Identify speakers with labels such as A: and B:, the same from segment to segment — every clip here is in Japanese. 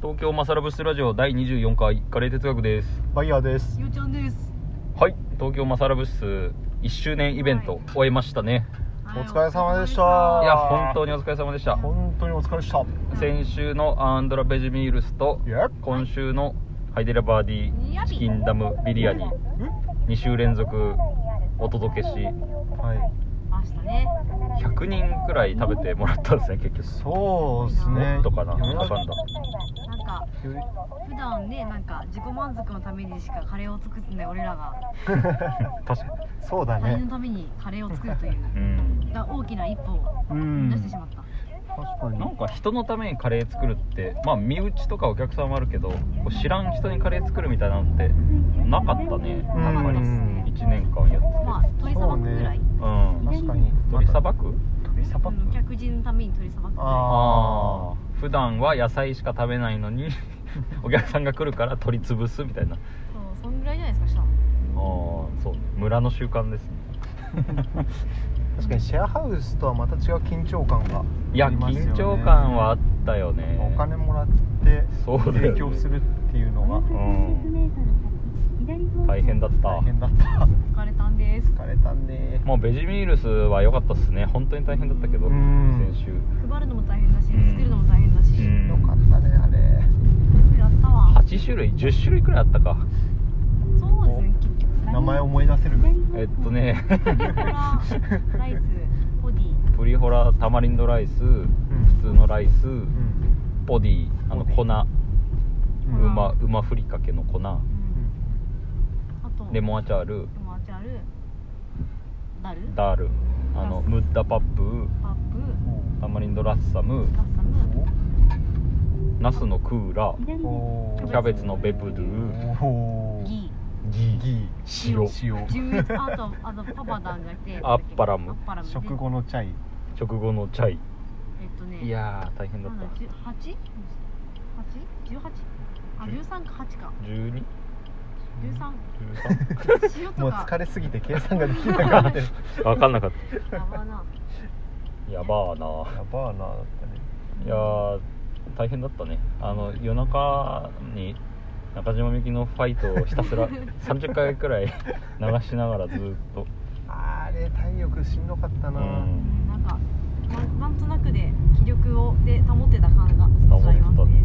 A: 東京マサラブスラジオ第24回カレー哲学です
B: バイヤーです
C: ゆうちゃんです。
A: はい東京マサラブス1周年イベント終えましたね、
B: お疲れ様でした
A: い、
B: い
A: や
B: あー
A: 本当にお疲れ様でした
B: 本当にお疲れでした
A: 先週のアンドラベジミールスと
B: いや
A: 今週のハイデラバーディチキンダムビリヤニ2週連続お届けし
B: はい
C: 明日ね。
A: 100人くらい食べてもらったんですね結局
B: そうですね
A: もっとかな
B: 世の
A: わ
B: 中
A: かんだ
C: なんか
B: より
C: 普段ねなんか自己満足のためにしかカレーを作ってない俺らが
A: 確かに
B: そうだ
C: 他人
B: ね
C: のためにカレーを作るという
A: うん
C: だ大きな一歩を
B: う
C: 踏
B: ん
C: み出してしまった。
B: 確かに
A: なんか人のためにカレー作るってまあ身内とかお客さんもあるけどこう知らん人にカレー作るみたいなのってなかったね
B: うん
A: あんまり1年間や
C: まあ
A: ってて
C: 鳥さばくぐらい。
A: うん
B: 確かに
A: 鳥さばく
B: 鳥さば
C: あの客人のために鳥さばくぐら。
B: あ
A: あ普段は野菜しか食べないの にお客さんが来るから取り潰すみたいない
C: そうそんぐらいじゃないですかしたの。
A: ああそう村の習慣ですね
B: 確かにシェアハウスとはまた違う緊張感が
A: いや
B: ありますよね
A: 緊張感はあったよね
B: お金もらって
A: そうだよね
B: 提供するっていうのが
A: うん大変だった
B: 大変だった
C: 疲れたんです。
B: 疲れたね
A: もうベジミールスは良かったっすね本当に大変だったけど
B: うん
A: 先週
C: 配るのも大変だし
A: うん
C: 作るのも大変だし。
A: うん
B: よかったねあれ
C: やったわ。
A: 8種類10種類くらいあったか
C: そうですね結局。
B: 名前思い出せる
A: えっと ね
C: ライスボディ。
A: プリホラタマリンドライス普通のライス
B: うん
A: ボディあの
B: ボ
A: 粉
B: デ
C: うん
A: うまうまふりかけの粉
C: うんあと
A: レモンアチャール
C: でもあっちあるダル
A: ダールあのムッダパップ
C: パップ
A: タマリンドラッサム
C: ガッサム
A: ナスのクーラ
B: おお
A: キ
B: ー
A: ャベツのベプドゥ
B: おー
C: ギ
A: ギー塩
B: 塩
C: ー十一あとあとパパダンじゃなくて
A: アッパラム
C: アッパラムで
B: 食後のチャイ
A: 食後のチャイ
C: えっとね
A: いやー大変だっ
C: なんだ
A: た
C: 十八八十八あ十三か八か
A: 12?13?
C: 十 三塩
B: も
C: と
B: う
C: か
B: 疲れすぎて計算ができなくなってる
A: 分かんなかっ
C: やばな
A: たやばーなー
B: やばーなだったね
A: いやー大変だったねあの夜中に中島みゆきの「ファイト」をひたす ら30回くらい流しながらずーっと
B: あれ体力しんどかったな、
A: うん
C: うんなんかななんとなくで気力をで保ってた感が少しあります
A: 保って
C: ね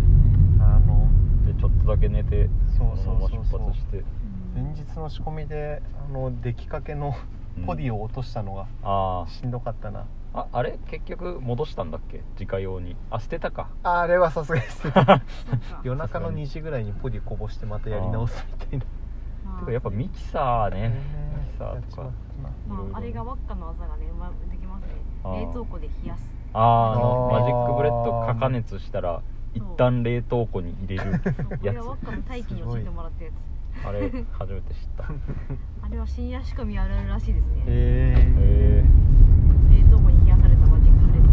B: あの
A: でちょっとだけ寝て
B: そうそう
A: のま
B: そう
A: ま出
B: そう
A: 発して
C: うん
B: 前日の仕込みであの出来かけの
A: うん
B: ポディを落としたの
A: あ
B: がしんどかったな、
A: ーああれ結局戻したんだっけ自家用にあ捨てたか
B: あれはさす がですね
C: そっか
B: 夜中の2時ぐらいにポディこぼしてまたやり直すみたい な
C: まあ
A: てかやっぱミキサーねミキサ
B: やっ
A: ーと
B: ちま
A: か
B: ったな
A: ろいろ
C: まあ、あれが輪っかの技がね、うまくできますね
A: あー
C: 冷凍庫で冷やす
A: あーあの
B: あー
A: マジックブレッド加加熱したら一旦冷凍庫に入れる
C: そうこ
A: や
C: れ
A: つ
C: は輪っかの大気に教えてもらったやつ
A: あれ初めて知 ったへ
C: あれは深夜仕込みあるあるらしいですね
B: えー、
A: え
C: 冷凍庫に冷やされたマジックレー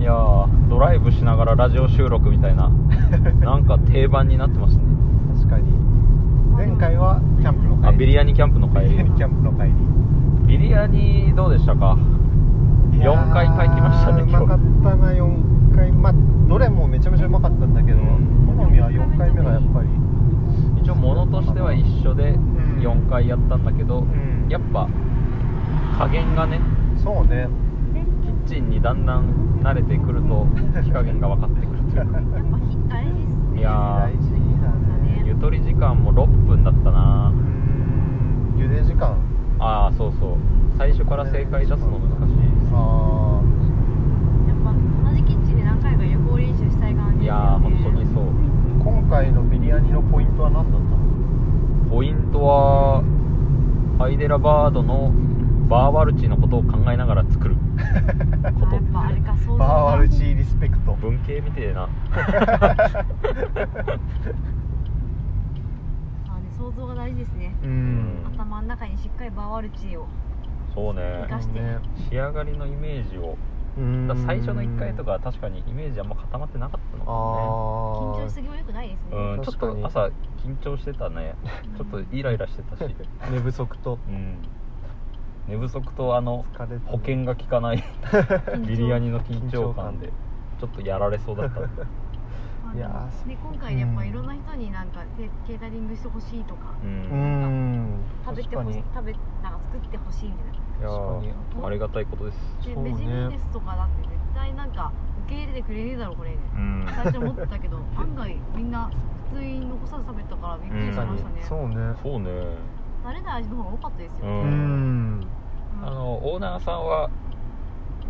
A: いやードライブしながらラジオ収録みた いななんか定番になってますね
B: 確かに前回はキャンプの帰り
A: あビリヤニキャンプの帰
B: ビリヤ
A: り
B: ニキャンプの帰り
A: ビリヤニどうでしたか4回炊きましたね
B: いやーう
A: 今
B: まかったな4回まあどれもめちゃめちゃうまかったんだけど、
A: うん
B: 好みは4回目がやっぱり
A: 一応物としては一緒で
B: ん
A: 4回やったんだけど
B: ん
A: やっぱ加減がね
B: そうね
A: キッチンにだんだん慣れてくると火加減が分かって くるというか
C: やっぱ火あれですね
A: いや
B: 大事だね
A: ゆとり時間も6分だったな
B: うん茹で時間
A: ああそうそう最初から正解出すの難しい
B: あ
C: やっぱ同じキッチンで何回か旅行練習したい感じですよ、ね、
A: いやー本当にそう
B: ー今回のビリヤニのポイントは何だったの
A: ポイントはハイデラバードのバーワルチのことを考えながら作 るこ
C: あ
A: と
C: やっぱあれか想像
B: バーワルチ
C: が
B: ーリスペクト
A: 文系みてえな
C: まあね、想像が大事ですね
B: うん
C: 頭の中にしっかりバーワルチを
A: そう
C: 生
A: ね
C: かして
B: ね
A: 仕上がりのイメージを
B: うん
A: だから最初の1回とかは確かにイメージあんま固まってなかったの
B: あ
A: か
C: 緊張
B: ー
C: しすぎも良くないですね、
A: もねうんちょっ
B: 確かに
A: と朝緊張してたねちょっとイライラして たし
B: 寝不足と
A: うん寝不足とあの
B: 疲れて
A: 保険が効かないビリヤニの緊張感でちょっとやられそうだった
C: まあ
B: いやー
C: で今回やっぱいろんな人になんかテケータリングしてほしいとか
A: う
B: うんん
C: 食べて
B: 確
C: ほ
B: か
C: し
B: に
C: い食べなんか作ってほしいみたいない
A: や
B: 確
A: ー
B: か
C: に
A: ありがたいことです
C: で、
B: そうね
C: ベジミーレスとかだって絶対なんか受け入れてくれねえだろこれ
A: うん
C: 最初思ってた けど案外みんな普通に残さず食べたからびっくりしましたね、
B: そうね
A: そうね
C: 慣れない味の方が多かったですよ、
A: う
C: ね
B: うんん
C: うん
A: あのオーナーさんは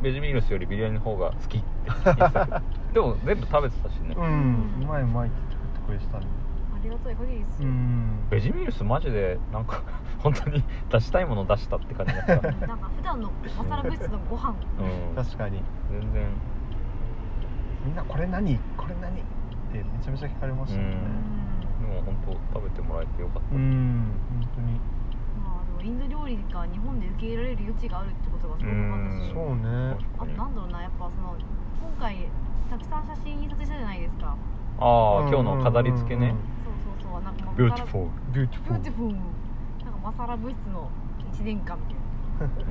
A: ベジミールスよりビリヤニの方が好きって言ってた けどでも全部食べてたしね
B: うんうまいうまいって言ってくれてたね
C: ありがたい限りです
B: う
C: よ、
B: ん
A: ベジミールスマジでなんか 本当に出したいもの出したって感じ だった、うん、
C: なんか普段のマサラ物質のご飯
B: 確かに
A: 全然
B: みんなこれ何これ何ってめちゃめちゃ聞かれましたもんね
C: うん
A: でも本当食べてもらえてよかっ
B: うん本当に
C: まあでもインド料理が日本で受け入れられる余地があるってことがすごく分かったし
A: うん
B: そう
A: た
B: ね
A: 確か
C: あと
A: に
C: なんだろうなやっぱその今回たくさん写真印刷したじゃないですか
A: ああ今日の飾り付けね
C: そうそうそうなんかまあ
A: ビューティフォー
B: ビューティフ
C: マサラビュー
B: ォ
C: テ
B: ー
C: ィフルなんかマサラ物質の1年間みたいな、
A: うん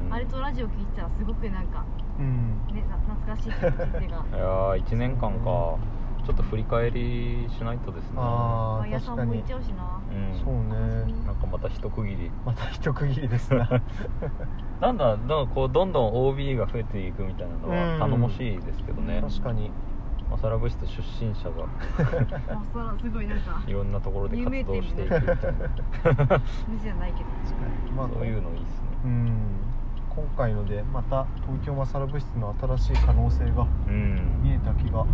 C: あれとラジオ聞いてたらすごくなんか
B: うん
C: ねな懐かしい気持ちってい うか
A: いやー1年間かちょっと振り返りしないとですね
B: あ
C: パン
B: あ
C: 屋
B: 確
C: さ
B: か
C: んも行
B: に
C: っちゃうしな
A: うん
B: そうね
A: なんかまた一区切り
B: また一区切りですな
A: なんだどんこうどんどん OB が増えていくみたいなの
B: う
A: は
B: ん
A: 頼もしいですけどね、
B: 確かに
A: マサラ部室出身者が
C: マサラすごいな んか
A: いろんなところで活動していくみたいな
C: 無視じゃないけど
B: 確かにまあ
A: そういうのいいっすね
B: うん今回のでまた東京マサラ部室の新しい可能性が
A: うん
B: 見えた気が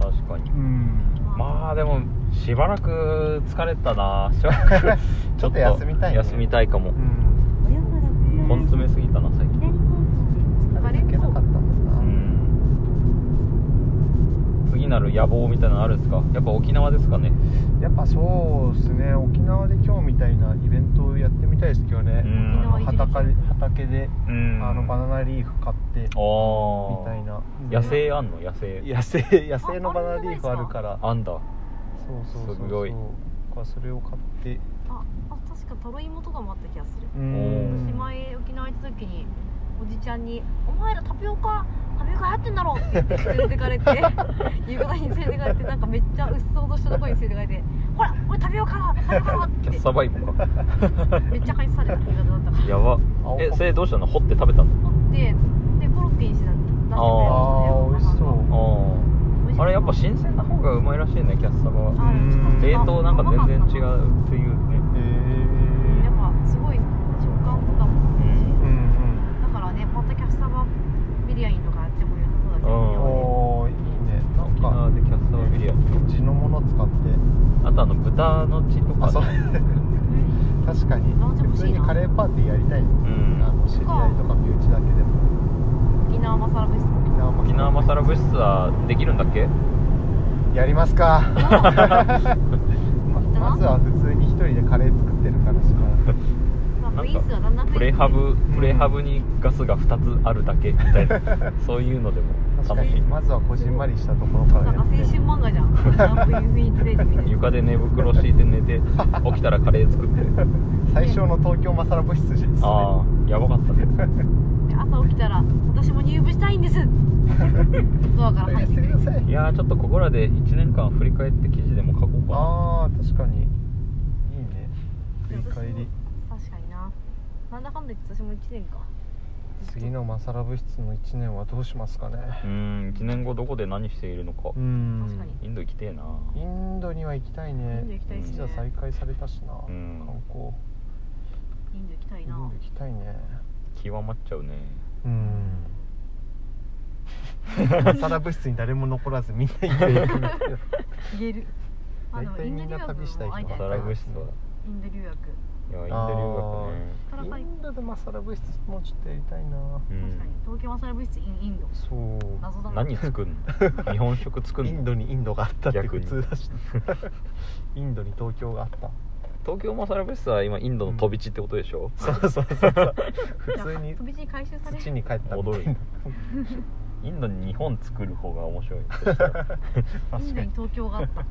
A: 確かに
B: うん
A: まあでもしばらく疲れた なしばらく
B: ちょっと休みたいね
A: 休みたいかも
B: うん
A: 根詰めすぎたな最近
B: あれ抜けなかったもんな
A: うん次なる野望みたいなのあるんですかやっぱ沖縄ですかね
B: やっぱそうですね沖縄で今日みたいなイベントをやってみたいですけどね、
A: うん
B: あの畑で畑で、
A: うん
B: あのバナナリーフ買ってみ
A: あー
B: たいな
A: 野生あんの野生
B: 野生 野生のバナナリーフあるから
A: あんだ
B: そうそうそうそう
A: すごい
B: 僕はそれを買って
C: ああ確かタロイモとかもあった気がする
B: う
A: お
C: 私
B: ん
C: 前沖縄行った時におじちゃんに「お前らタピオカタピオカ流行ってんだろ!」って言って連れてかれて夕方に連れてかれてなんかめっちゃうっそうとしたところに連れてかれて「ほら俺タピオカだタピオカだ!」っ
A: キャッ
C: て
A: サバイモか
C: めっちゃ配置された夕方だったから
A: やば
B: 青
A: えそれどうしたの掘って食べたの
C: 取ってでコロッケにして出してくれましたね
B: あー美味しそう
A: あ
C: 美味し
A: あ
C: か
A: あれやっぱ新鮮な方がうまいらしいねキャッサバは
C: あーちょっと
A: 冷凍なんか全然違
C: やっ
A: うっていうね
B: えー
C: ぱすごい食感とかも
B: うんうん
C: だからねまたキャッサバビリヤニとかやっても良さそうだけど
A: うん
C: ね
B: おーいいねなん
A: 沖縄
B: か
A: でキャッサバビリヤニ
B: 地のもの使って
A: あとあの豚の血と
B: あ
A: か
B: そう
A: ね
B: 確かに
C: あでも欲
B: 普
C: し
B: 通
C: いな
B: にカレーパーティーやりたいね
A: うん
B: あの知り合いとか身内だけでも
C: 沖縄マサラです
B: 沖縄も
A: 沖縄マサラ物質はできるんだっけ
B: やりますかままずは普通に一人でカレー作ってるからしか
C: まあ、部員数はだんだん増えてきて
A: プレハブプレハブにガスが2つあるだけみたい なそういうのでも
B: 確か
A: 楽し
B: に
A: い
B: まずはこじんまりしたところから
C: な
B: や
C: んか青
B: って
C: 春漫画じゃん。ラブユーフィーレイみたいな。
A: 床で寝袋敷いて寝 て起きたらカレー作ってる
B: 最小の東京マサラ部室ですね
A: ああやばかったね
C: 朝起きたら私も入部したいんです。ドアから入って
B: す
C: く
B: み
C: る
B: ま。せん
A: いやーちょっとここらで1年間振り返って記事でも書こうかな
B: あー確かにいいね振り返り
C: 確かにな。なんだかんだ言って私も一年か。
B: 次のマサラ部室の1年はどうしますかね
A: うーん1年後どこで何しているのか
B: うん
C: 確かに
A: インド行きてえな
B: インドには行きたい
C: イ
B: ね
C: ンド行きたいです
B: じ
C: ね
B: ゃ。再開されたしな、
A: うん
B: 観光
C: インド行きた
B: イ
C: い
B: ンド
C: な
B: 行。きたいね
A: 極まっちゃうね
B: うん マサラ部室に誰も残らずみんなインド行くみたいな
C: 言える。あ
B: 大
C: の
B: 体
C: インド
B: みん
C: 留
B: な
C: 学
B: 旅したい
C: も
B: 人
C: あり
A: マ
C: だ
A: サ
C: よ
A: ラ
C: ね。
A: 物質は
C: インド留学。
A: いやインド
C: なかなか
B: イ
C: 確
B: ンドでマサラ部室もうちょっとやりたいな
A: 留学ね
C: かに東京マサラ部室インインド。
B: そう
C: 謎
A: う
C: だ
A: ん
C: な。
A: 何作んの日本食作
B: イ
A: ん
B: ン
A: の
B: ドにインドがあったって
A: 逆
B: 普
A: に
B: 通だし インドに東京があった
A: 東京マサラ物質は今インドの飛び地ってことでしょ、
B: そうそうそうそう普通に
C: 飛び地回収され
B: 土に帰ったみた
A: 戻
B: い
A: る
B: な
A: インドに日本作る方が面白い
C: インドに東京があった。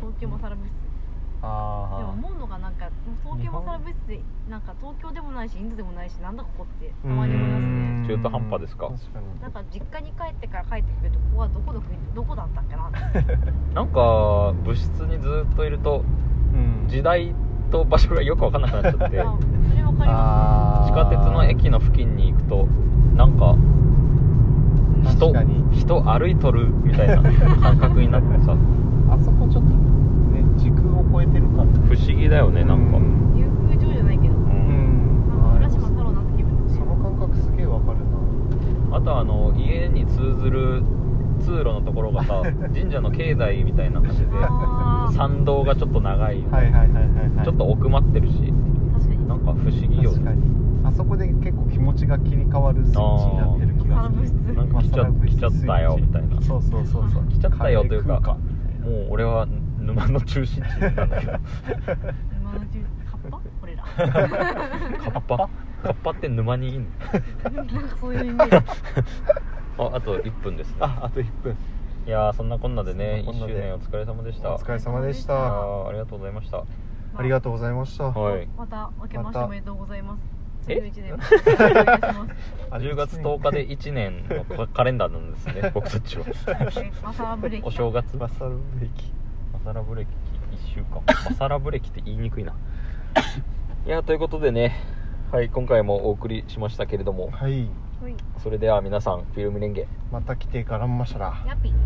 C: 東京マサラ部室。でも
A: あ
C: 思うのがなんか東京もそれは別でなんか東京でもないしインドでもないしなんだここってたまに思いますね
A: 中途半端ですか
B: 確かに
C: なんか実家に帰ってから帰ってくるとここはどこの国どこだったっけなって
A: あなんか部室にずっといると
B: うん
A: 時代と場所がよく分かんなくなっちゃって
C: あそれわかりま
B: あー
A: 地下鉄の駅の付近に行くとなんか
C: す
A: 人
B: 確かに
A: 人歩いとるみたいな感覚になってさ
B: あそこちょっとね時空を超えてるから
A: 不思議だよねなんか、
B: う
C: うん遊風場じゃないけど
A: う
B: うん
C: なんか
B: ん
C: 浦島太郎なんて気分です
B: そ
C: ね
B: の感覚すげえわかるな
A: あとはあの家に通ずる通路のところが さ神社の境内みたいな感じで
C: あー
A: 参道がちょっと長い、
B: はいはいはいはい、はい、
A: ちょっと奥まってるし
C: 確かに
A: なんか不思議よ
B: 確かにあそこで結構気持ちが切り替わるスイッチになってる気が
C: サ
B: す
C: ブ
B: る
C: 室
A: なんか来ちゃ来ちゃったよみたいな
B: そうそうそうそう
A: 来ちゃったよというか
B: カレー食
A: もう俺は沼の中心地なん だけど
C: 沼の中カッパこれら
A: カッパカッパって沼にいんの
C: なんかそういうイメージ
A: ああと1分ですね
B: ああと1分
A: いやーそんなこんなでね
B: そんなこ
A: 1
B: んな
A: 周
B: で
A: 年お疲れ様でした
B: お疲れ様でし
A: いや
B: た
A: ーありがとうございました
B: ありがとうございました
A: うはい
C: また明けましておめでとうございます
A: え
C: 次の一年もよろしくお願いします
A: 10月10日で1年のカカレンダーなんです ね僕たちは
C: えマサーブレーキ
A: お正月
B: バ
A: マ
B: サロン駅
A: サラブレーキ1週間マサラブレーキって言いにくい ないやーということでねはい今回もお送りしましたけれども
B: はい
C: はい
A: それでは皆さんフィルムレンゲ
B: また来てからんましたら
C: やっぴ
A: やっ